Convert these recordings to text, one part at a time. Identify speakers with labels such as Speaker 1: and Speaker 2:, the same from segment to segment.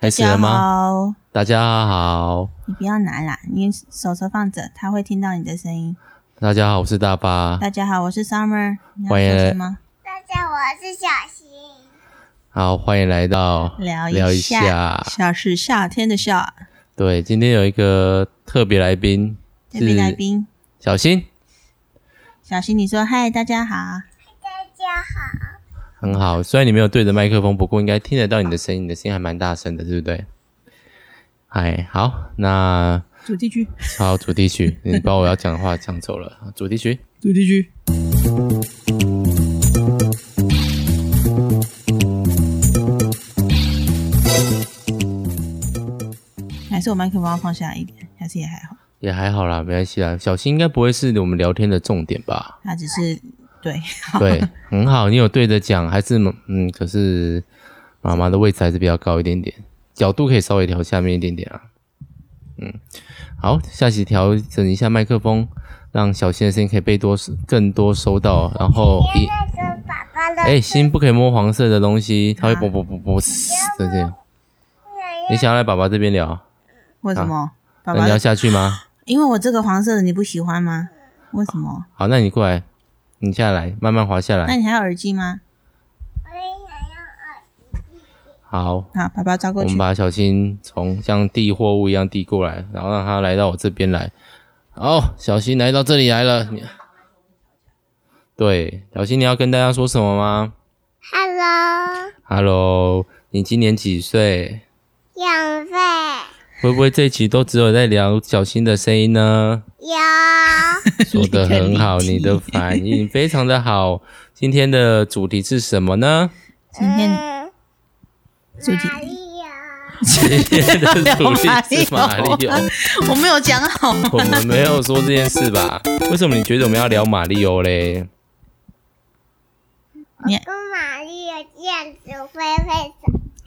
Speaker 1: 开始了吗？
Speaker 2: 好，
Speaker 1: 大家好，
Speaker 2: 你不要拿啦，你手手放着，他会听到你的声音。
Speaker 1: 大家好，我是大巴。
Speaker 2: 大家好，我是 Summer，你要
Speaker 1: 欢迎
Speaker 2: 说什么？
Speaker 3: 大家好，我是小新。
Speaker 1: 好，欢迎来到
Speaker 2: 聊
Speaker 1: 聊一
Speaker 2: 一
Speaker 1: 下
Speaker 2: 夏是夏天的夏，
Speaker 1: 对，今天有一个特别来宾，
Speaker 2: 这边来宾
Speaker 1: 小新，
Speaker 2: 小新，你说嗨，大家好，
Speaker 3: 大家好，
Speaker 1: 很好。虽然你没有对着麦克风，不过应该听得到你的声音，你的声音还蛮大声的，对不对？哎，好，那
Speaker 2: 主题曲，
Speaker 1: 好，主题 曲，你把我要讲的话讲走了。好主题曲，
Speaker 2: 主题曲，还是我麦克风要放下一点，还是也还好，
Speaker 1: 也还好啦，没关系啦。小新应该不会是我们聊天的重点吧？
Speaker 2: 它只是对，
Speaker 1: 对，很好，你有对着讲，还是嗯，可是妈妈的位置还是比较高一点点，角度可以稍微调下面一点点啊。嗯，好，下期调整一下麦克风，让小新的声音可以被多更多收到。然后一，
Speaker 3: 那个爸爸的
Speaker 1: 哎，新不可以摸黄色的东西，
Speaker 2: 啊
Speaker 1: 它会啵啵啵啵嘶的这样。你想要来爸爸这边聊，
Speaker 2: 为什
Speaker 1: 啊
Speaker 2: 么？爸
Speaker 1: 那
Speaker 2: 爸
Speaker 1: 你要下去吗？
Speaker 2: 因为我这个黄色的你不喜欢吗？为什么？
Speaker 1: 好，那你过来，你下来，慢慢滑下
Speaker 2: 那
Speaker 1: 来。
Speaker 2: 你还有耳机吗？
Speaker 3: 我也想要耳
Speaker 1: 好，
Speaker 2: 好，啊爸爸抓过
Speaker 1: 我
Speaker 2: 去
Speaker 1: 们。把小新从像递货物一样递过来，然后让他来到我这边来。好，小新来到这里来了。你对，小新，你要跟大家说什么吗
Speaker 3: Hello，
Speaker 1: ？Hello，你今年几岁？
Speaker 3: 养费
Speaker 1: 会不会这一集都只有在聊小新的声音呢？
Speaker 3: 有
Speaker 1: 说的很好，
Speaker 2: 立刻立
Speaker 1: 你
Speaker 2: 即
Speaker 1: 的反应非常的好。今天的主题是什么呢？
Speaker 2: 今天
Speaker 3: 嗯
Speaker 2: 主题
Speaker 3: 玛利亚，
Speaker 1: 今天的主题是马
Speaker 2: 马里奥
Speaker 1: 里奥。
Speaker 2: 我没有讲好，
Speaker 1: 我们没有说这件事吧？为什么你觉得我们要聊马里奥嘞？
Speaker 3: 跟玛丽亚这样子挥挥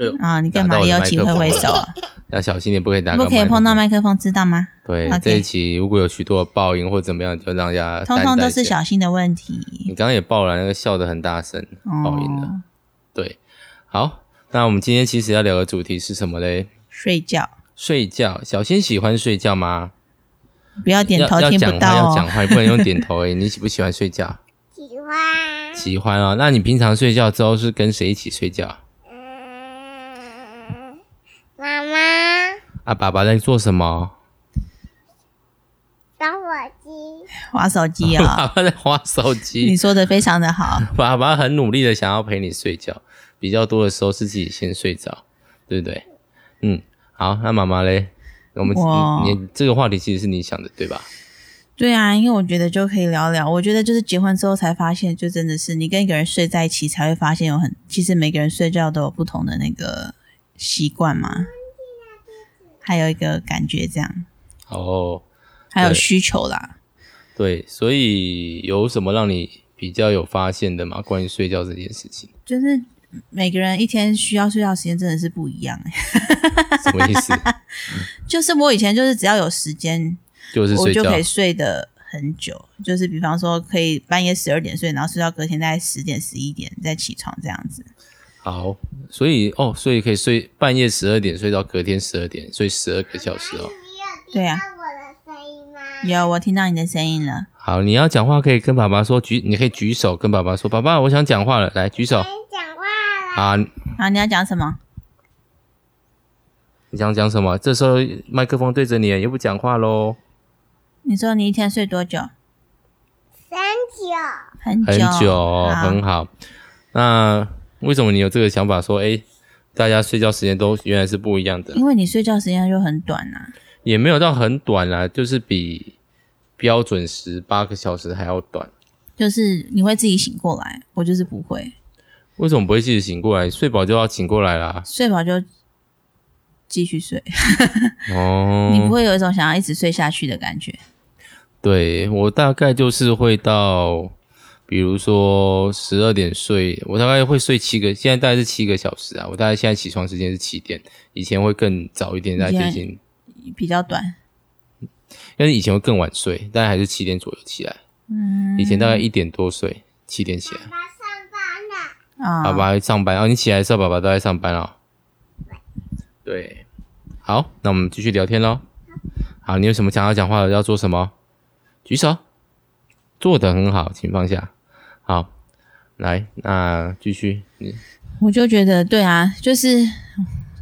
Speaker 3: 手，
Speaker 2: 啊！你干嘛要起挥挥手啊？
Speaker 1: 要小心点，不可以打
Speaker 2: 不
Speaker 1: 到
Speaker 2: 可以
Speaker 1: 麦克
Speaker 2: 碰到
Speaker 1: 风
Speaker 2: 麦克风，知道吗？
Speaker 1: 对
Speaker 2: OK
Speaker 1: 这一期如果有许多的爆音或怎么样，就让大家
Speaker 2: 通通都
Speaker 1: 担
Speaker 2: 是
Speaker 1: 待一下
Speaker 2: 小新的问
Speaker 1: 你
Speaker 2: 题。
Speaker 1: 刚刚也爆了，那个笑得很大声，爆音了。
Speaker 2: 哦，
Speaker 1: 对，好，那我们今天其实要聊的主题是什么嘞？
Speaker 2: 睡觉
Speaker 1: 睡觉，小新喜欢睡觉吗？
Speaker 2: 不要点头
Speaker 1: 要
Speaker 2: 听
Speaker 1: 要讲话，
Speaker 2: 不到
Speaker 1: 要讲
Speaker 2: 哦。
Speaker 1: 话，你不能用点头诶、 你喜不喜欢睡觉？
Speaker 3: 喜欢。
Speaker 1: 喜欢啊。那你平常睡觉之后是跟谁一起睡觉？
Speaker 3: 嗯，妈妈，
Speaker 1: 啊，爸爸在做什么？
Speaker 3: 打火机，
Speaker 2: 划手机 啊！
Speaker 1: 爸爸在划手
Speaker 2: 你
Speaker 1: 机，
Speaker 2: 说的非常的好，
Speaker 1: 爸爸很努力的想要陪你睡觉，比较多的时候是自己先睡着，对不对？嗯，好，那妈妈嘞，我们
Speaker 2: 哇
Speaker 1: 你你这个话题其实是你想的对吧？
Speaker 2: 对啊，因为我觉得就可以聊聊。我觉得就是结婚之后才发现，就真的是你跟一个人睡在一起，才会发现有很其实每个人睡觉都有不同的那个习惯嘛，还有一个感觉这样，
Speaker 1: 哦，
Speaker 2: 还有
Speaker 1: 对
Speaker 2: 需求啦。
Speaker 1: 对，所以有什么让你比较有发现的吗？关于睡觉这件事情，
Speaker 2: 就是每个人一天需要睡觉时间真的是不一样、欸、
Speaker 1: 什么意思？
Speaker 2: 就是我以前就是只要有时间，
Speaker 1: 就是
Speaker 2: 我
Speaker 1: 睡
Speaker 2: 就
Speaker 1: 觉，
Speaker 2: 可以睡得很久，就是比方说可以半夜十二点睡，然后睡到隔天大概十点十一点再起床这样子。
Speaker 1: 好，所以哦，所以可以睡半夜十二点睡到隔天十二点，睡十二个小时哦。
Speaker 3: 你有
Speaker 2: 对啊
Speaker 3: 听到我的声音吗？
Speaker 2: 有，我听到你的声音了。
Speaker 1: 好，你要讲话可以跟爸爸说举，你可以举手跟爸爸说，爸爸，我想讲话了，来举手
Speaker 3: 你讲话了，
Speaker 1: 啊！
Speaker 2: 好，你要讲什么？
Speaker 1: 你想讲什么？这时候麦克风对着你，又不讲话喽，
Speaker 2: 你说你一天睡多久？
Speaker 3: 三九。
Speaker 2: 很久，
Speaker 1: 很久哦，
Speaker 2: 好
Speaker 1: 很好。那为什么你有这个想法说，诶，大家睡觉时间都原来是不一样的，
Speaker 2: 因为你睡觉时间就很短啊。
Speaker 1: 也没有到很短啦，就是比标准十八个小时还要短。
Speaker 2: 就是你会自己醒过来，我就是不会，
Speaker 1: 为什么不会自己醒过来？睡饱就要醒过来啦。
Speaker 2: 睡饱就继续睡，
Speaker 1: 哦，
Speaker 2: 你不会有一种想要一直睡下去的感觉。
Speaker 1: 对我大概就是会到，比如说十二点睡，我大概会睡七个，现在大概是七个小时啊。我大概现在起床时间是七点，以前会更早一点，大概接近，
Speaker 2: 比较短，
Speaker 1: 但是以前会更晚睡，但还是七点左右起来。
Speaker 2: 嗯，
Speaker 1: 以前大概一点多睡，七点起来。
Speaker 3: 爸爸上班了，
Speaker 2: 啊，
Speaker 1: 爸爸上班哦，你起来的时候，爸爸都在上班哦。对，好，那我们继续聊天喽。好，你有什么想要讲话的，要做什么？举手。做得很好，请放下。好，来，那继续。你
Speaker 2: 我就觉得对啊，就是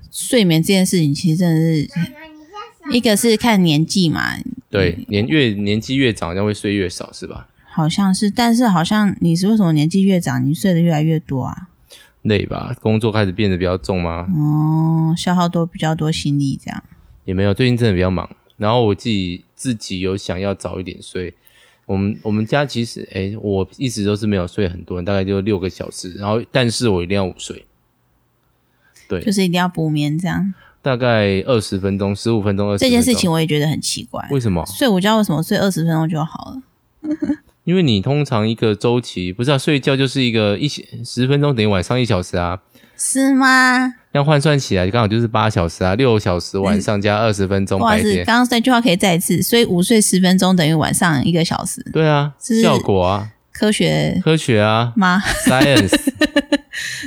Speaker 2: 睡眠这件事情，其实真的是
Speaker 3: 妈你叫什么
Speaker 2: 一个是看年纪嘛，
Speaker 1: 对，年越年纪越长，好像会睡越少，是吧？
Speaker 2: 好像是，但是好像你是为什么年纪越长，你睡得越来越多啊？
Speaker 1: 累吧？工作开始变得比较重吗？
Speaker 2: 哦，消耗多比较多心力这样。
Speaker 1: 也没有，最近真的比较忙。然后我自己自己有想要早一点睡。我们我们家其实，诶、我一直都是没有睡很多，大概就六个小时。然后，但是我一定要午睡，对
Speaker 2: 就是一定要补眠这样。
Speaker 1: 大概二十分钟、十五分钟、二十。
Speaker 2: 这件事情我也觉得很奇怪，
Speaker 1: 为什么？
Speaker 2: 睡午觉为什么睡二十分钟就好了？
Speaker 1: 因为你通常一个周期，不是啊，睡觉就是一个一十分钟等于晚上一小时啊，
Speaker 2: 是吗？
Speaker 1: 要换算起来刚好就是八小时啊，六小时晚上加二十分钟
Speaker 2: 不好
Speaker 1: 白
Speaker 2: 意思，
Speaker 1: 天，
Speaker 2: 嗯刚刚那句话可以再一次，所以午睡十分钟等于晚上一个小时，
Speaker 1: 对啊，
Speaker 2: 是
Speaker 1: 效果啊，
Speaker 2: 科学
Speaker 1: 科学 啊
Speaker 2: 吗？
Speaker 1: ，science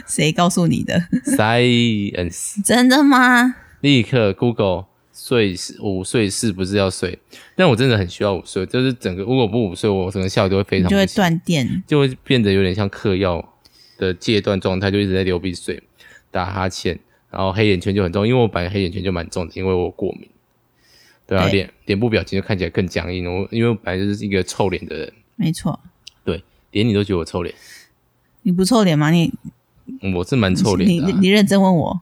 Speaker 2: 谁告诉你的？
Speaker 1: science。
Speaker 2: 真的吗？
Speaker 1: 立刻 Google 睡是午睡是不是要睡？但我真的很需要午睡，就是整个如果不午睡，我整个下午都会非
Speaker 2: 你
Speaker 1: 常
Speaker 2: 就会
Speaker 1: 不行，
Speaker 2: 断电。
Speaker 1: 就会变得有点像嗑药的戒断状态，就一直在流鼻水、打哈欠，然后黑眼圈就很重，因为我本来黑眼圈就蛮重的，因为我过敏。对啊，
Speaker 2: 对
Speaker 1: 脸脸部表情就看起来更僵硬。我因为我本来就是一个臭脸的人，
Speaker 2: 没错，
Speaker 1: 连你都觉得我臭脸，
Speaker 2: 你不臭脸吗？你
Speaker 1: 我是蛮臭
Speaker 2: 你
Speaker 1: 脸的
Speaker 2: 你
Speaker 1: 啊、
Speaker 2: 你认真问我，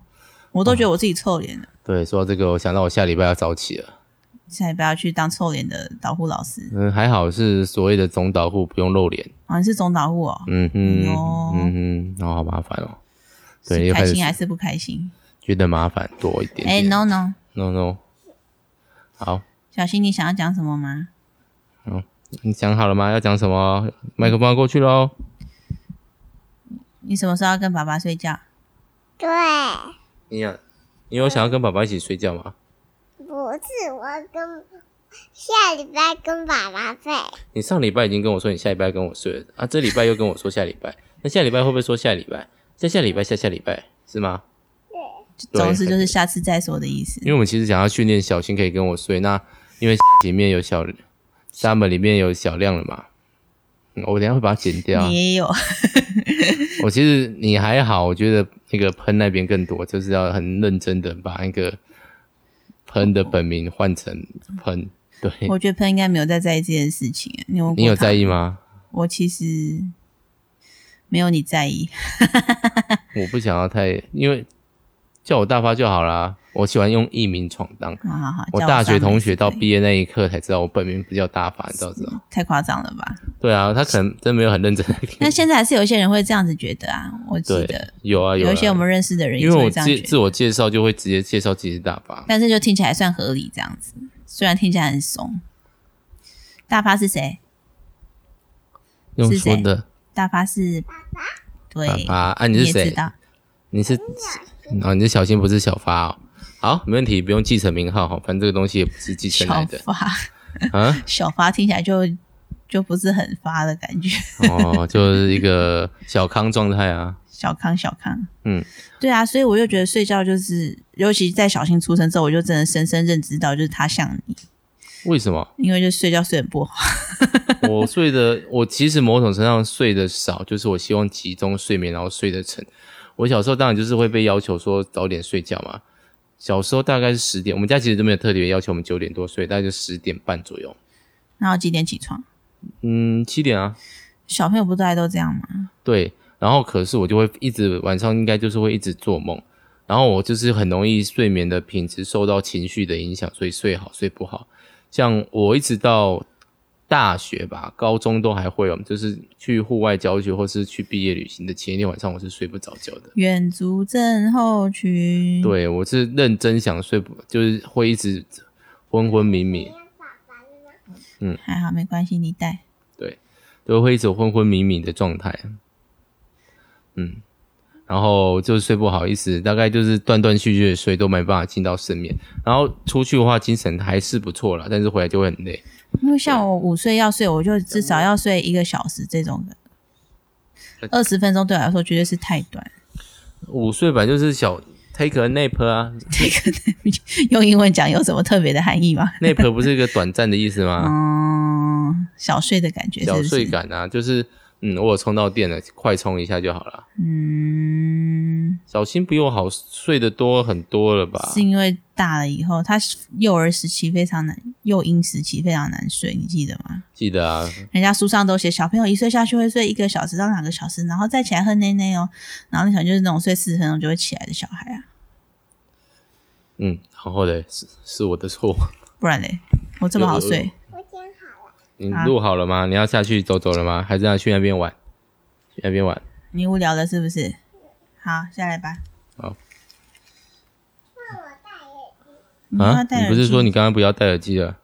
Speaker 2: 我都觉得我自己臭脸了，
Speaker 1: 对，说到这个，我想到我下礼拜要早起了。
Speaker 2: 下一不要去当臭脸的导护老师。
Speaker 1: 嗯，还好是所谓的总导护不用露脸。
Speaker 2: 啊，你是总导护哦，
Speaker 1: 嗯哼，
Speaker 2: 哦
Speaker 1: 嗯哼，然、后好麻烦哦，对
Speaker 2: 是
Speaker 1: 又
Speaker 2: 开
Speaker 1: 开始
Speaker 2: 心还是不开心？
Speaker 1: 觉得麻烦多一点
Speaker 2: 哎
Speaker 1: 点。
Speaker 2: ，no no，
Speaker 1: no no，好，
Speaker 2: 小新，你想要讲什么吗？
Speaker 1: 你想好了吗？要讲什么？麦克风要过去喽。
Speaker 2: 你什么时候要跟爸爸睡觉？
Speaker 3: 对，
Speaker 1: 你想，你有想要跟爸爸一起睡觉吗？
Speaker 3: 不是我跟下礼拜跟爸爸睡，
Speaker 1: 你上礼拜已经跟我说你下礼拜跟我睡了啊，这礼拜又跟我说下礼拜， 那下礼拜会不会说下礼拜？下下礼拜、下下礼拜是吗？对
Speaker 2: 总之就是下次再说的意思
Speaker 1: 因。为我们其实想要训练小新可以跟我睡，那因为 里面有小沙门里面有小亮了嘛，嗯我等一下会把它剪掉。啊
Speaker 2: 你也有，
Speaker 1: 我其实你还好，我觉得那个喷那边更多，就是要很认真的把那个喷的本名换成喷。对，
Speaker 2: 我觉得朋友应该没有在在意这件事情。你有问过
Speaker 1: 你有
Speaker 2: 他
Speaker 1: 在？意吗？
Speaker 2: 我其实没有你在意。
Speaker 1: 我不想要太，因为叫我大发就好啦。我喜欢用艺名闯荡。
Speaker 2: 好好好，
Speaker 1: 我
Speaker 2: 叫
Speaker 1: 大
Speaker 2: 上
Speaker 1: 学
Speaker 2: 来
Speaker 1: 同学
Speaker 2: 是
Speaker 1: 到
Speaker 2: 可以
Speaker 1: 毕业那一刻才知道我本名不叫大发，你知道知道？
Speaker 2: 太夸张了吧？
Speaker 1: 对啊，他可能真没有很认真地听。
Speaker 2: 那现在还是有一些人会这样子觉得啊，我记
Speaker 1: 对
Speaker 2: 得，
Speaker 1: 有啊有啊。
Speaker 2: 有一些我们认识的人也
Speaker 1: 因
Speaker 2: 是
Speaker 1: 为
Speaker 2: 会
Speaker 1: 我
Speaker 2: 这样觉
Speaker 1: 自自
Speaker 2: 得，
Speaker 1: 我介绍就会直接介绍自己是大发，
Speaker 2: 但是就听起来算合理这样子，虽然听起来很怂。大发是谁？
Speaker 1: 用
Speaker 2: 是
Speaker 1: 说
Speaker 2: 谁
Speaker 1: 的
Speaker 2: 大发是对
Speaker 1: 爸，爸啊，你
Speaker 2: 也
Speaker 1: 是谁
Speaker 2: 知？道，
Speaker 1: 你是啊、你是小新不是小发哦。好，没问题，不用继承名号哈，反正这个东西也不是继承来
Speaker 2: 小
Speaker 1: 的
Speaker 2: 发，
Speaker 1: 啊。
Speaker 2: 小发听起来就就不是很发的感觉，
Speaker 1: 哦，就是一个小康状态啊。
Speaker 2: 小康小康。
Speaker 1: 嗯，
Speaker 2: 对啊，所以我就觉得睡觉就是，尤其在小新出生之后，我就真的深深认知到，就是他像你，
Speaker 1: 为什么
Speaker 2: 因为就睡觉睡得不好。
Speaker 1: 我睡的？ 我其实某种程度上睡得少，就是我希望集中睡眠，然后睡得沉。我小时候当然就是会被要求说早点睡觉嘛。小时候大概是十点，我们家其实都没有特别要求我们九点多睡，大概就十点半左右。
Speaker 2: 然后几点起床？
Speaker 1: 嗯，七点啊，
Speaker 2: 小朋友不大家都这样吗？
Speaker 1: 对，然后可是我就会一直晚上应该就是会一直做梦，然后我就是很容易睡眠的品质受到情绪的影响，所以睡好睡不好。像我一直到大学吧，高中都还会哦，就是去户外教学或是去毕业旅行的前一天晚上，我是睡不着觉的。
Speaker 2: 远足症候群，，
Speaker 1: 对我是认真想睡不，就是会一直昏昏迷迷，
Speaker 2: 还好没关系，你带。
Speaker 1: 都会一直昏昏迷迷的状态，嗯，然后就是睡不好，意思大概就是断断续续的睡，都没办法进到睡眠。然后出去的话，精神还是不错啦，但是回来就会很累。
Speaker 2: 因为像我午睡要睡，我就至少要睡一个小时这种的，二十分钟对我来说绝对是太短。
Speaker 1: 午睡本来就是小 take a nap 啊
Speaker 2: 用英文讲有什么特别的含义吗？
Speaker 1: ，nap 不是一个短暂的意思吗？
Speaker 2: 哦，小睡的感觉是不
Speaker 1: 啊小
Speaker 2: 是，
Speaker 1: 睡感啊，就是嗯，我有充到电了，快充一下就好了。
Speaker 2: 嗯，
Speaker 1: 小新比我好睡得多很多了吧？
Speaker 2: 是因为大了以后，他幼儿时期非常难，幼婴时期非常难睡，你记得吗？
Speaker 1: 记得啊，
Speaker 2: 人家书上都写小朋友一岁下去会睡一个小时到两个小时，然后再起来喝奶奶哦，然后那小就是那种睡四十分钟就会起来的小孩啊，
Speaker 1: 嗯，然后嘞，是是我的错。
Speaker 2: 不然嘞，我这么好睡，
Speaker 3: 我讲好了，
Speaker 1: 你
Speaker 2: 啊
Speaker 1: 录好了吗？你要下去走走了吗？还是要去那边玩？去那边玩？
Speaker 2: 你无聊了是不是？好，下来吧。
Speaker 3: 那我戴眼镜。
Speaker 2: 嗯你
Speaker 1: 啊，
Speaker 2: 要戴
Speaker 1: 你
Speaker 2: 耳
Speaker 1: 不是说
Speaker 2: 机
Speaker 1: 你刚刚不要戴耳机了？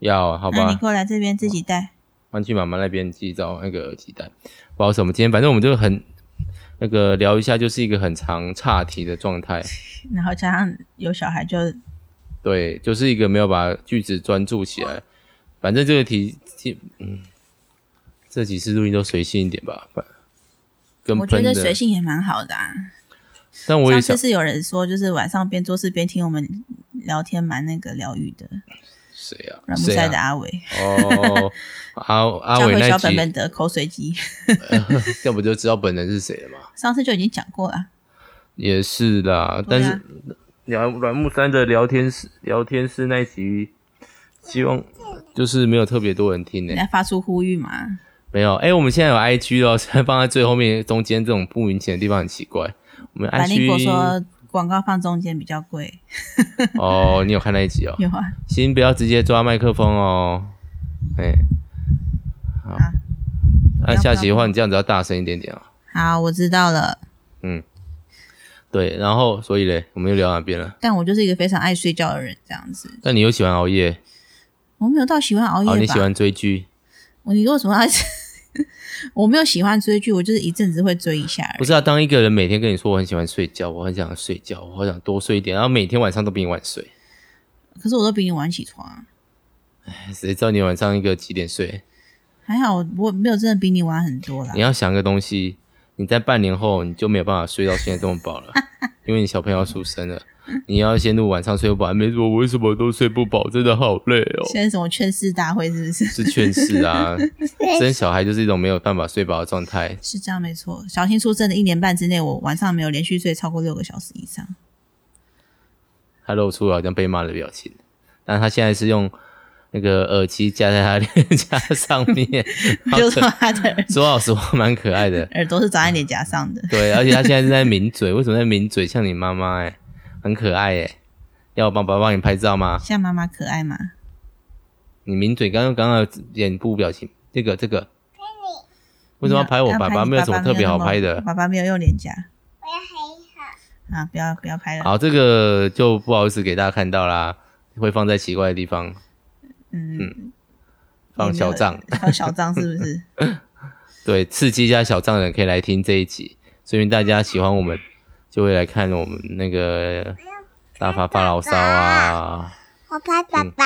Speaker 1: 要啊，好
Speaker 2: 那
Speaker 1: 吧
Speaker 2: 你，过来这边自己戴。
Speaker 1: 换去妈妈那边自己找那个耳机戴。不好意思，我们今天反正我们就很那个聊一下，就是一个很长岔题的状 态。
Speaker 2: 然后加上有小孩就
Speaker 1: 对，就是一个没有把句子专注起来。反正这个题，题嗯，这几次录音都随性一点吧。反跟
Speaker 2: 我觉
Speaker 1: 喷
Speaker 2: 得
Speaker 1: 的，
Speaker 2: 随性也蛮好的啊。
Speaker 1: 但我也
Speaker 2: 上
Speaker 1: 想
Speaker 2: 次是有人说，就是晚上边做事边听我们聊天，蛮那个疗愈的。
Speaker 1: 谁啊？
Speaker 2: 软木
Speaker 1: 谁
Speaker 2: 塞的
Speaker 1: 啊？
Speaker 2: 阿伟，
Speaker 1: 哦，阿阿
Speaker 2: 教
Speaker 1: 伟
Speaker 2: 会
Speaker 1: 那
Speaker 2: 小本本
Speaker 1: 集，
Speaker 2: 的口水鸡，
Speaker 1: 要不就知道本人是谁了嘛？
Speaker 2: 上次就已经讲过啊了。
Speaker 1: 也是啦，
Speaker 2: 对
Speaker 1: 但
Speaker 2: 啊
Speaker 1: 是聊阮木山的聊天室聊天室那一集，希望就是没有特别多人听呢、
Speaker 2: 人家发出呼吁嘛，
Speaker 1: 没有，哎、我们现在有 IG 了， 现在放在最后面中间这种不明显的地方很奇怪。我们
Speaker 2: 百灵
Speaker 1: IG
Speaker 2: 果说广告放中间比较贵，
Speaker 1: 哦，你有看那一集哦？
Speaker 2: 有啊，
Speaker 1: 行，不要直接抓麦克风哦。哎、好，
Speaker 2: 啊
Speaker 1: 那、
Speaker 2: 要
Speaker 1: 下
Speaker 2: 不
Speaker 1: 集
Speaker 2: 要
Speaker 1: 的话，你这样子要大声一点点哦。
Speaker 2: 好，我知道了。
Speaker 1: 对，然后所以嘞，我们又聊到哪边了？
Speaker 2: 但我就是一个非常爱睡觉的人，这样子，
Speaker 1: 但你又喜欢熬夜，
Speaker 2: 我没有到喜欢熬夜吧？
Speaker 1: 哦，你喜欢追剧，
Speaker 2: 我？你为什么要？ 我没有喜欢追剧，我就是一阵子会追一下而已。
Speaker 1: 不是啊？当一个人每天跟你说我很喜欢睡觉，我很想睡觉，我好想多睡一点，然后每天晚上都比你晚睡，
Speaker 2: 可是我都比你晚起床啊。
Speaker 1: 哎谁知道你晚上一个几点睡？
Speaker 2: 还好我我没有真的比你晚很多啦
Speaker 1: 你。要想个东西，你在半年后你就没有办法睡到现在这么饱了，因为你小朋友要出生了，你要先录晚上睡不饱，没说我为什么都睡不饱，真的好累哦。
Speaker 2: 现在什么劝世大会是不是？
Speaker 1: 是劝世啊，生小孩就是一种没有办法睡饱的状态。
Speaker 2: 是这样没错。小新出生的一年半之内，我晚上没有连续睡超过六个小时以上。
Speaker 1: 他露出好像被骂的表情，但他现在是用那个耳机夹在他脸颊上 面，好
Speaker 2: 就
Speaker 1: 可
Speaker 2: 是说他的耳
Speaker 1: 说老实话蛮可爱的。
Speaker 2: 耳朵是长在脸颊上的。
Speaker 1: 对，而且他现在是在抿嘴，为什么在抿嘴？像你妈妈哎、很可爱哎、要我帮爸帮你拍照吗？
Speaker 2: 像妈妈可爱吗？
Speaker 1: 你抿嘴，刚刚刚刚的脸部表情，这个这个，为什么要拍我爸爸？
Speaker 2: 你
Speaker 1: 没有什么特别好拍
Speaker 2: 我
Speaker 1: 的。
Speaker 2: 爸爸没有用脸颊
Speaker 3: 我要很好。
Speaker 2: 啊！不要不要拍了。
Speaker 1: 好，这个就不好意思给大家看到啦，会放在奇怪的地方，
Speaker 2: 嗯，
Speaker 1: 放小账。
Speaker 2: 放小账是不是？
Speaker 1: 对，刺激一下小账的人可以来听这一集，所以大家喜欢我们就会来看我们那个大发发牢骚啊，
Speaker 3: 我拍爸爸，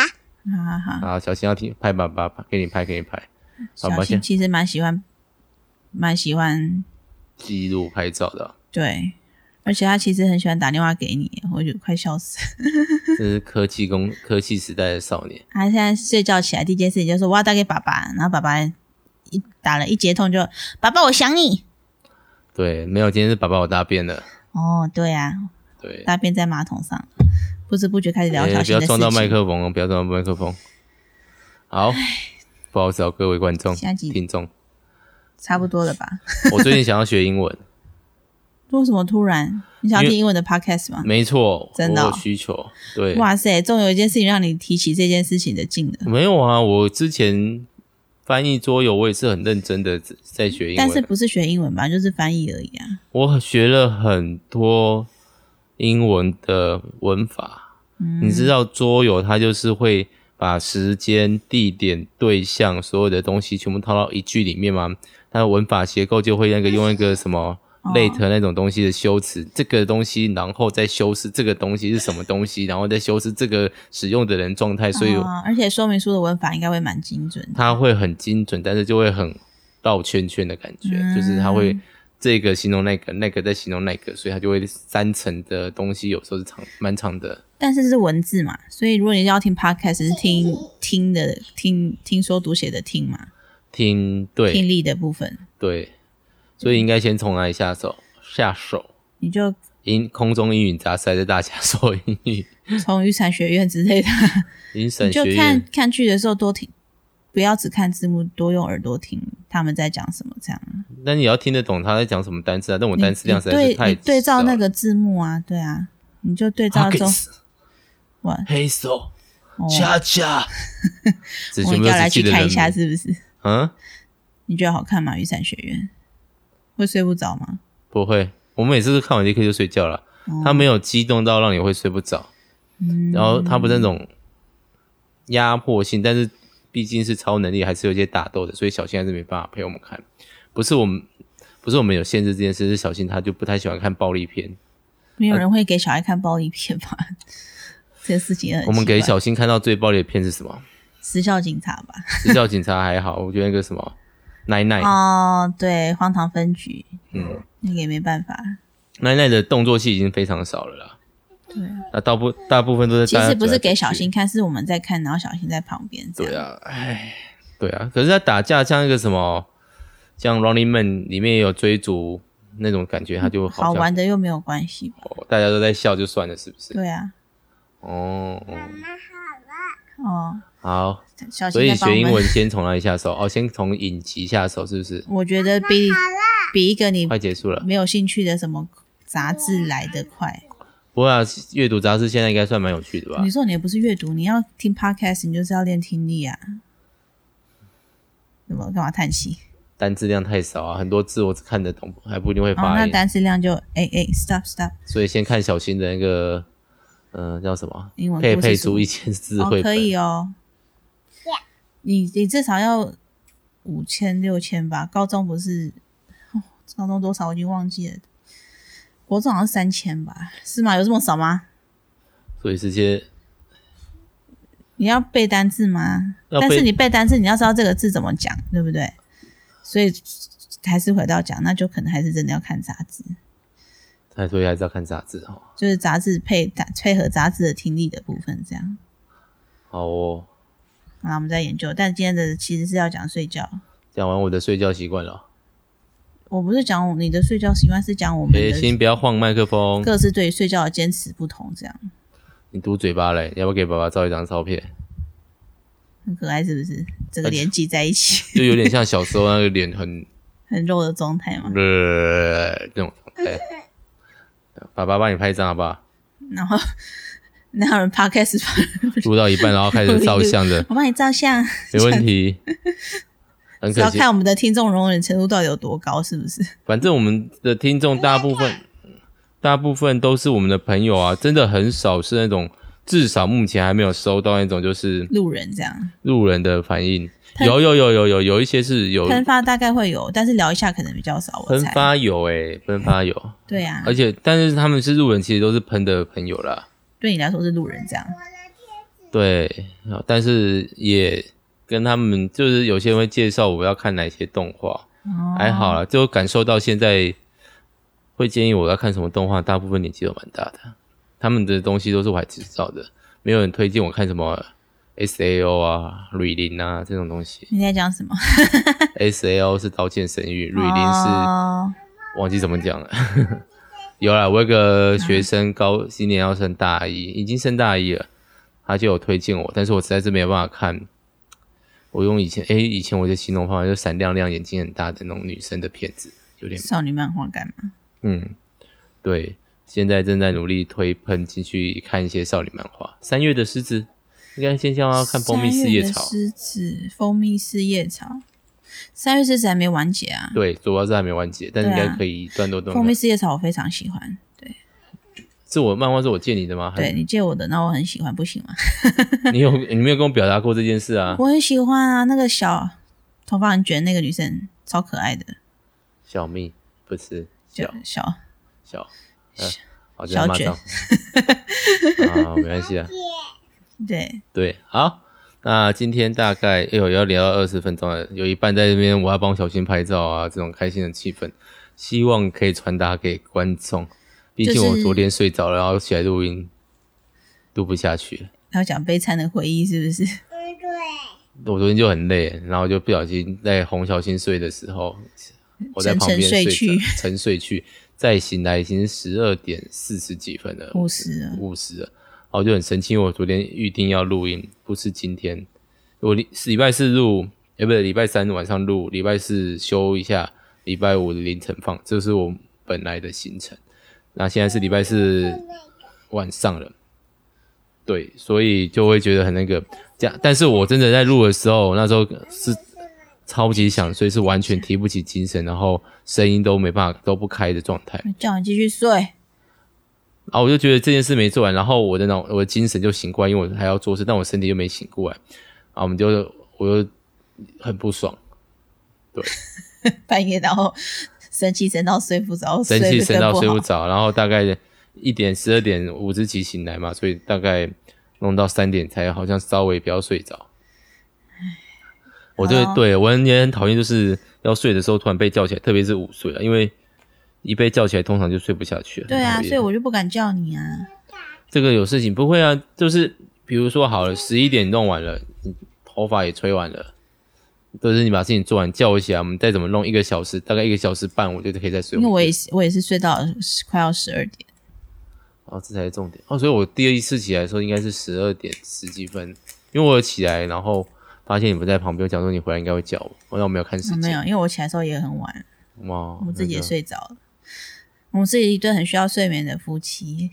Speaker 2: 好好好，
Speaker 1: 啊，小心要听拍爸爸，给你拍给你拍， 好
Speaker 2: 小
Speaker 1: 抱
Speaker 2: 新
Speaker 1: 歉
Speaker 2: 其实蛮喜欢，蛮喜欢
Speaker 1: 记录拍照的，啊
Speaker 2: 对，而且他其实很喜欢打电话给你，我就快笑死。
Speaker 1: 这是科技工 科技时代的少年，
Speaker 2: 他现在睡觉起来第一件事情就是我要打给爸爸，然后爸爸一打了一接通就爸爸我想你。
Speaker 1: 对，没有，今天是爸爸我大便了，
Speaker 2: 哦，对啊，
Speaker 1: 对，
Speaker 2: 大便在马桶上，不知不觉开始聊小
Speaker 1: 哎不
Speaker 2: 新
Speaker 1: 要
Speaker 2: 的事
Speaker 1: 撞
Speaker 2: 情。
Speaker 1: 到麦克风哦，不要撞到麦克风，好，不好意思哦，各位观众
Speaker 2: 下集
Speaker 1: 听众，
Speaker 2: 差不多了吧？
Speaker 1: 我最近想要学英文，
Speaker 2: 为什么突然你想要
Speaker 1: 因为
Speaker 2: 听英文的 podcast 吗？
Speaker 1: 没错，
Speaker 2: 真的哦
Speaker 1: 我有需求，对，
Speaker 2: 哇塞，终有一件事情让你提起这件事情的劲了。
Speaker 1: 没有啊，我之前翻译桌游，我也是很认真的在学英文，
Speaker 2: 但是不是学英文吧，就是翻译而已啊。
Speaker 1: 我学了很多英文的文法。
Speaker 2: 嗯
Speaker 1: 你知道桌游它就是会把时间、地点、对象所有的东西全部套到一句里面嘛，它的文法结构就会那个用一个什么。
Speaker 2: 哦
Speaker 1: late 那种东西的修辞，这个东西，然后再修饰这个东西是什么东西，然后再修饰这个使用的人状态，所以
Speaker 2: 啊而且说明书的文法应该会蛮精准的。
Speaker 1: 它会很精准，但是就会很绕圈圈的感觉，
Speaker 2: 嗯
Speaker 1: 就是它会这个形容那个，那个再形容那个，所以它就会三层的东西，有时候是长蛮长的。
Speaker 2: 但是这是文字嘛，所以如果你要听 podcast 是听听的听听说读写的听嘛，
Speaker 1: 听
Speaker 2: 听
Speaker 1: 对
Speaker 2: 力的部分，
Speaker 1: 对，所以应该先从哪里下手？下手
Speaker 2: 你就
Speaker 1: 英空中英语杂赛的大家说英语，
Speaker 2: 从语产学院之类的，
Speaker 1: 英
Speaker 2: 你
Speaker 1: 审
Speaker 2: 就
Speaker 1: 学
Speaker 2: 看
Speaker 1: 院
Speaker 2: 看剧的时候多听，不要只看字幕，多用耳朵听他们在讲什么，这样。
Speaker 1: 那你要听得懂他在讲什么单词啊？但我单词量实在
Speaker 2: 你
Speaker 1: 是
Speaker 2: 你对
Speaker 1: 太
Speaker 2: 你对照
Speaker 1: 少
Speaker 2: 那
Speaker 1: 了
Speaker 2: 个字幕啊，对啊，你就对照中
Speaker 1: Huggins
Speaker 2: 我
Speaker 1: 黑手
Speaker 2: 哦
Speaker 1: 恰恰，只
Speaker 2: 我
Speaker 1: 全
Speaker 2: 一
Speaker 1: 部
Speaker 2: 定
Speaker 1: 都
Speaker 2: 要
Speaker 1: 只
Speaker 2: 来
Speaker 1: 记
Speaker 2: 去
Speaker 1: 得
Speaker 2: 看一
Speaker 1: 人
Speaker 2: 下，
Speaker 1: 名
Speaker 2: 是不是？
Speaker 1: 嗯，
Speaker 2: 你觉得好看吗？雨伞学院会睡不着吗？
Speaker 1: 不会，我们每次都看完立刻就睡觉了。
Speaker 2: 哦
Speaker 1: 他没有激动到让你会睡不着，
Speaker 2: 嗯
Speaker 1: 然后他不是那种压迫性，但是毕竟是超能力，还是有一些打斗的，所以小新还是没办法陪我们看。不是我们，不是我们有限制这件事，是小新他就不太喜欢看暴力片。
Speaker 2: 没
Speaker 1: 呃
Speaker 2: 有人会给小孩看暴力片吧？ 这个事情也很
Speaker 1: 我们给
Speaker 2: 奇怪
Speaker 1: 小新看到最暴力的片是什 么？
Speaker 2: 时效警察吧？
Speaker 1: 《笑警察》还好，我觉得那个什么奶奶，
Speaker 2: 哦，对，荒唐分局，
Speaker 1: 嗯，
Speaker 2: 那个也没办法。
Speaker 1: 奶奶的动作戏已经非常少了啦。
Speaker 2: 对啊，
Speaker 1: 那大部大部分都是
Speaker 2: 其
Speaker 1: 大家
Speaker 2: 实不
Speaker 1: 走来
Speaker 2: 是给
Speaker 1: 走
Speaker 2: 小
Speaker 1: 去
Speaker 2: 新看，是我们在看，然后小新在旁边。
Speaker 1: 对
Speaker 2: 啊，
Speaker 1: 啊，哎，对啊，可是，在打架像那个什么，像《Running Man》里面也有追逐那种感觉，他就
Speaker 2: 好
Speaker 1: 好像、
Speaker 2: 玩的又没有关系吧？
Speaker 1: 哦大家都在笑就算了，是不是？
Speaker 2: 对啊，
Speaker 1: 哦，哦
Speaker 3: 妈好了，
Speaker 2: 哦，
Speaker 1: 好，
Speaker 2: 小
Speaker 1: 所
Speaker 2: 新
Speaker 1: 以
Speaker 2: 在帮
Speaker 1: 学
Speaker 2: 我
Speaker 1: 英
Speaker 2: 们
Speaker 1: 文先从哪里下手？哦，先从影集下手，是不是？
Speaker 2: 我觉得比比一个你
Speaker 1: 快结束了，
Speaker 2: 没有兴趣的什么杂志来得快。
Speaker 1: 不过啊，阅读杂志现在应该算蛮有趣的吧
Speaker 2: 你？说你也不是阅读，你要听 podcast，你就是要练听力啊。怎么干嘛叹气？
Speaker 1: 单字量太少啊，很多字我只看得懂，还不一定会
Speaker 2: 哦，
Speaker 1: 发
Speaker 2: 那
Speaker 1: 音，
Speaker 2: 单词量就哎哎，stop stop，
Speaker 1: 所以先看小新的那个，嗯、叫什么？
Speaker 2: 英文
Speaker 1: 配
Speaker 2: 故事
Speaker 1: 配
Speaker 2: 书
Speaker 1: 出一千字绘本，
Speaker 2: 哦，可以哦。你你至少要五千六千吧？高中不是、哦高中多少我已经忘记了，国中好像三千吧？是吗？有这么少吗？
Speaker 1: 所以这些
Speaker 2: 你要背单字吗？
Speaker 1: 要背
Speaker 2: 但是你背单字，你要知道这个字怎么讲，对不对？所以还是回到讲，那就可能还是真的要看杂志，
Speaker 1: 哎，所以还是要看杂志哦。
Speaker 2: 就是杂志配搭配合杂志的听力的部分，这样。
Speaker 1: 好哦，
Speaker 2: 然后我们再研究，但今天的其实是要讲睡觉。
Speaker 1: 讲完我的睡觉习惯了。
Speaker 2: 我不是讲你的睡觉习惯，是讲我们
Speaker 1: 哎、
Speaker 2: 的
Speaker 1: 先不要晃麦克风，
Speaker 2: 各自对于睡觉的坚持不同，这样
Speaker 1: 你嘟嘴巴嘞，要不要给爸爸照一张照片？
Speaker 2: 很可爱，是不是？整个连接在一起，
Speaker 1: 就有点像小时候那个脸很
Speaker 2: 很肉的状态
Speaker 1: 嗯
Speaker 2: 嘛。
Speaker 1: 呃那种状态。爸爸帮你拍一张好不好？
Speaker 2: 然后 那有人 podcast 吧，
Speaker 1: 录到一半然后开始照相的
Speaker 2: 我帮你照相。
Speaker 1: 没问题。很
Speaker 2: 只
Speaker 1: 可
Speaker 2: 要
Speaker 1: 惜，
Speaker 2: 看我们的听众容忍程度到底有多高，是不是？
Speaker 1: 反正我们的听众大部分大部分都是我们的朋友啊，真的很少是那种至少目前还没有收到那种就是
Speaker 2: 路人这样
Speaker 1: 路人的反应，
Speaker 2: 喷
Speaker 1: 有有有有有有一些是有
Speaker 2: 喷发大概会有，但是聊一下可能比较少。我
Speaker 1: 哦喷
Speaker 2: 猜，
Speaker 1: 发有诶、喷发有，
Speaker 2: 对啊
Speaker 1: 而，且但是他们是路人，其实都是喷的朋友啦，
Speaker 2: 对你来说是路人这样。
Speaker 3: 我的贴纸，
Speaker 1: 对，啊但是也跟他们就是有些人会介绍我要看哪些动画，
Speaker 2: 哦
Speaker 1: 还好啦，就感受到现在会建议我要看什么动画，大部分年纪都蛮大的，他们的东西都是我还知道的，没有人推荐我看什么 S A O 啊、瑞林啊这种东 西
Speaker 2: 你在讲什么？
Speaker 1: ，S A O 是刀剑神域，瑞林是。
Speaker 2: 哦
Speaker 1: 忘记怎么讲了。 有啦，我有个学生高今年要升大一，已经升大一了，他就有推荐我，但是我实在是没有办法看。我用以前诶、以前我的形容方法就是闪亮亮、眼睛很大的那种女生的片子，有点
Speaker 2: 少女漫画干嘛？
Speaker 1: 嗯，对。现在正在努力推喷进去看一些少女漫画。三月的狮子应该先先要看《蜂蜜四
Speaker 2: 三
Speaker 1: 叶
Speaker 2: 月的
Speaker 1: 草》，
Speaker 2: 狮子，蜂蜜四叶草，三月狮子还没完结啊。
Speaker 1: 对，主要是还没完结，但是应
Speaker 2: 对啊
Speaker 1: 该可以一段落段
Speaker 2: 蜂
Speaker 1: 落
Speaker 2: 蜜。四叶草我非常喜欢，对，
Speaker 1: 是我漫画是我借你的吗？还
Speaker 2: 对你借我的，那我很喜欢，不行吗？
Speaker 1: 你有你没有跟我表达过这件事啊？
Speaker 2: 我很喜欢啊，那个小头发很卷那个女生超可爱的，
Speaker 1: 小蜜不是
Speaker 2: 就
Speaker 1: 小
Speaker 2: 小
Speaker 1: 小，呃
Speaker 2: 小
Speaker 1: 好像骂
Speaker 2: 小
Speaker 1: 脏啊，没关系啊。
Speaker 2: 对，
Speaker 1: 对，好，那今天大概哎呦要聊到二十分钟了，有一半在这边我要帮小新拍照啊，这种开心的气氛。希望可以传达给观众。毕竟我昨天睡着了，然后起来录音，录不下去了。
Speaker 2: 要讲悲惨的回忆是不 是？
Speaker 3: 嗯，对，
Speaker 1: 我昨天就很累，然后就不小心在哄小新睡的时候，我在旁边睡着
Speaker 2: 沉睡去，
Speaker 1: 沉睡去，再醒来已经十二点四十几分了，
Speaker 2: 五十了
Speaker 1: 五十了，然后就很生气，因为我昨天预定要录音，不是今天，我礼是礼拜四录，哎，不是礼拜三晚上录，礼拜四休一下，礼拜五凌晨放，这是我本来的行程。那现在是礼拜四晚上了，对，所以就会觉得很那个。这样，但是我真的在录的时候，那时候是超级想睡，是完全提不起精神，然后声音都没办法都不开的状态。
Speaker 2: 叫你继续睡，
Speaker 1: 啊，我就觉得这件事没做完，然后我的脑我的精神就醒过来，因为我还要做事，但我身体又没醒过来，啊，我们就我就很不爽，
Speaker 2: 半夜然后生气生到睡不 着，
Speaker 1: 生气
Speaker 2: 得
Speaker 1: 生到
Speaker 2: 更
Speaker 1: 睡不
Speaker 2: 好。
Speaker 1: 着，然后大概一点十二点五之起醒来嘛，所以大概弄到三点才好像稍微不要睡着。我这
Speaker 2: 好
Speaker 1: 个对我很也很讨厌，就是要睡的时候突然被叫起来，特别是午睡啊了，因为一被叫起来通常就睡不下去了。
Speaker 2: 对啊，
Speaker 1: 很讨厌
Speaker 2: 所以我就不敢叫你啊。
Speaker 1: 这个有事情不会啊，就是比如说好了，十一点弄完了，你头发也吹完了，都是你把事情做完，叫我起来，我们再怎么弄一个小时，大概一个小时半，我就可以再睡
Speaker 2: 因
Speaker 1: 回去。
Speaker 2: 为我也是，我也是睡到十快要十二点，
Speaker 1: 哦，这才是重点哦。所以我第一次起来的时候应该是十二点十几分，因为我有起来，然后发现你不在旁边，我想说你回来应该会叫我，我那我没有看时
Speaker 2: 哦
Speaker 1: 间，
Speaker 2: 没有，因为我起来的时候也很晚，
Speaker 1: 哇，
Speaker 2: 我自己也
Speaker 1: 哦那个，
Speaker 2: 睡着了。我们是一对很需要睡眠的夫妻，，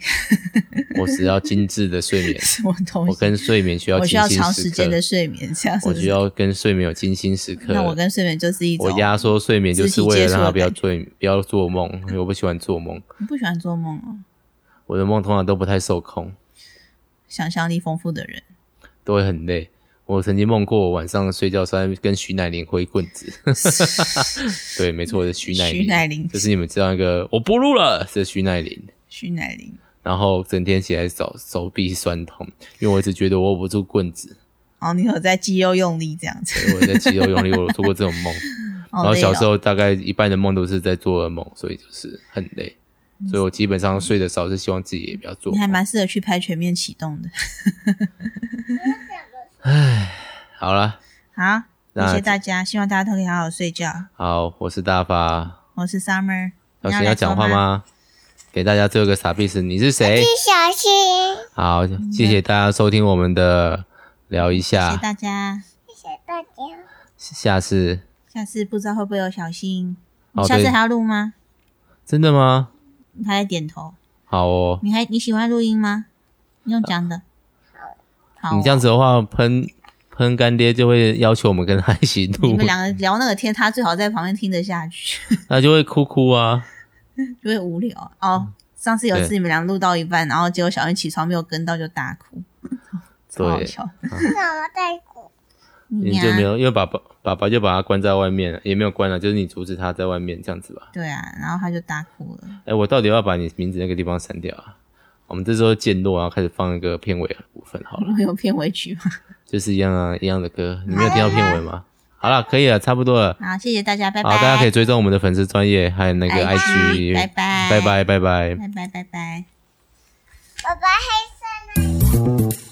Speaker 1: 我只要精致的睡眠
Speaker 2: 什么东
Speaker 1: 我
Speaker 2: 西？
Speaker 1: 跟睡眠需要
Speaker 2: 我需
Speaker 1: 精
Speaker 2: 要
Speaker 1: 心
Speaker 2: 长
Speaker 1: 时
Speaker 2: 时
Speaker 1: 刻
Speaker 2: 间，的睡眠，这样是
Speaker 1: 我
Speaker 2: 不是
Speaker 1: 需要跟睡眠有精心时刻。
Speaker 2: 那我跟睡眠就是一种
Speaker 1: 我，压缩睡眠就是为了让他不要
Speaker 2: 肢体
Speaker 1: 睡，不要做梦，因为我不喜欢做梦，
Speaker 2: 你不喜欢做梦哦，
Speaker 1: 我的梦通常都不太受控，
Speaker 2: 想象力丰富的人，
Speaker 1: 都会很累。我曾经梦过，我晚上睡觉时候跟徐乃麟挥棍子， 对，没错，是徐乃麟，
Speaker 2: 徐乃麟
Speaker 1: 就是你们知道那个我不录了，是徐乃麟。
Speaker 2: 徐乃麟
Speaker 1: 然后整天起来手手臂酸痛，因为我一直觉得我握不住棍子，
Speaker 2: 哦，你有在肌肉用力这样子。哦
Speaker 1: 对我在肌肉用 力，我有做过这种梦。然
Speaker 2: 然
Speaker 1: 后小时候大概一半的梦都是在做噩梦，所以就是很累。所以我基本上睡得少，是希望自己也不要做
Speaker 2: 嗯你
Speaker 1: 梦。
Speaker 2: 还蛮适合去拍全面启动的。
Speaker 1: 好了，
Speaker 2: 好，
Speaker 1: 那
Speaker 2: 谢谢大家，希望大家都可以好好睡觉。
Speaker 1: 好，我是大发，
Speaker 2: 我是 Summer，
Speaker 1: 小
Speaker 2: 你
Speaker 1: 新
Speaker 2: 来
Speaker 1: 要讲话
Speaker 2: 说吗？
Speaker 1: 吗？给大家最后一个傻逼是你是谁？
Speaker 3: 小心，
Speaker 1: 好，谢谢大家收听我们的聊一
Speaker 2: 谢谢
Speaker 1: 下，
Speaker 2: 大家，
Speaker 3: 谢谢大家，
Speaker 1: 下次
Speaker 2: 下次不知道会不会有小新，
Speaker 1: 哦
Speaker 2: 你下次
Speaker 1: 对
Speaker 2: 还要录吗？
Speaker 1: 真的吗？
Speaker 2: 他在点头。
Speaker 1: 好哦，
Speaker 2: 你还你喜欢录音吗？你用讲的。好哦，
Speaker 1: 你这样子的话，喷喷干爹就会要求我们跟他一起
Speaker 2: 你
Speaker 1: 录嗯
Speaker 2: 们，两个聊那个天，他最好在旁边听得下去，
Speaker 1: 他就会哭哭啊。
Speaker 2: 就会无聊
Speaker 1: 嗯
Speaker 2: 哦。上次有一次你们俩录到一半，然后结果小恩起床没有跟到就大哭， 超好
Speaker 1: 对，
Speaker 2: 笑。
Speaker 3: 怎么在哭？
Speaker 1: 你
Speaker 2: 嗯呀
Speaker 1: 就没有，因为爸爸爸爸就把他关在外面了，也没有关了，就是你阻止他在外面这样子吧。
Speaker 2: 对啊，然后他就大哭了。
Speaker 1: 哎，我到底要不要把你名字那个地方删掉啊？我们这时候渐落，然后开始放一个片尾的部分好了。
Speaker 2: 我有片尾曲吗？
Speaker 1: 就是一样啊，一样的歌。你没有听到片尾吗？好了，可以了，差不多了。
Speaker 2: 好，谢谢大家，拜
Speaker 1: 好，
Speaker 2: 拜。
Speaker 1: 大家可以追踪我们的粉丝专业，还有那个 IG。
Speaker 2: 拜拜
Speaker 1: 拜拜，拜拜。
Speaker 2: 拜拜拜拜。
Speaker 3: 爸爸黑色呢？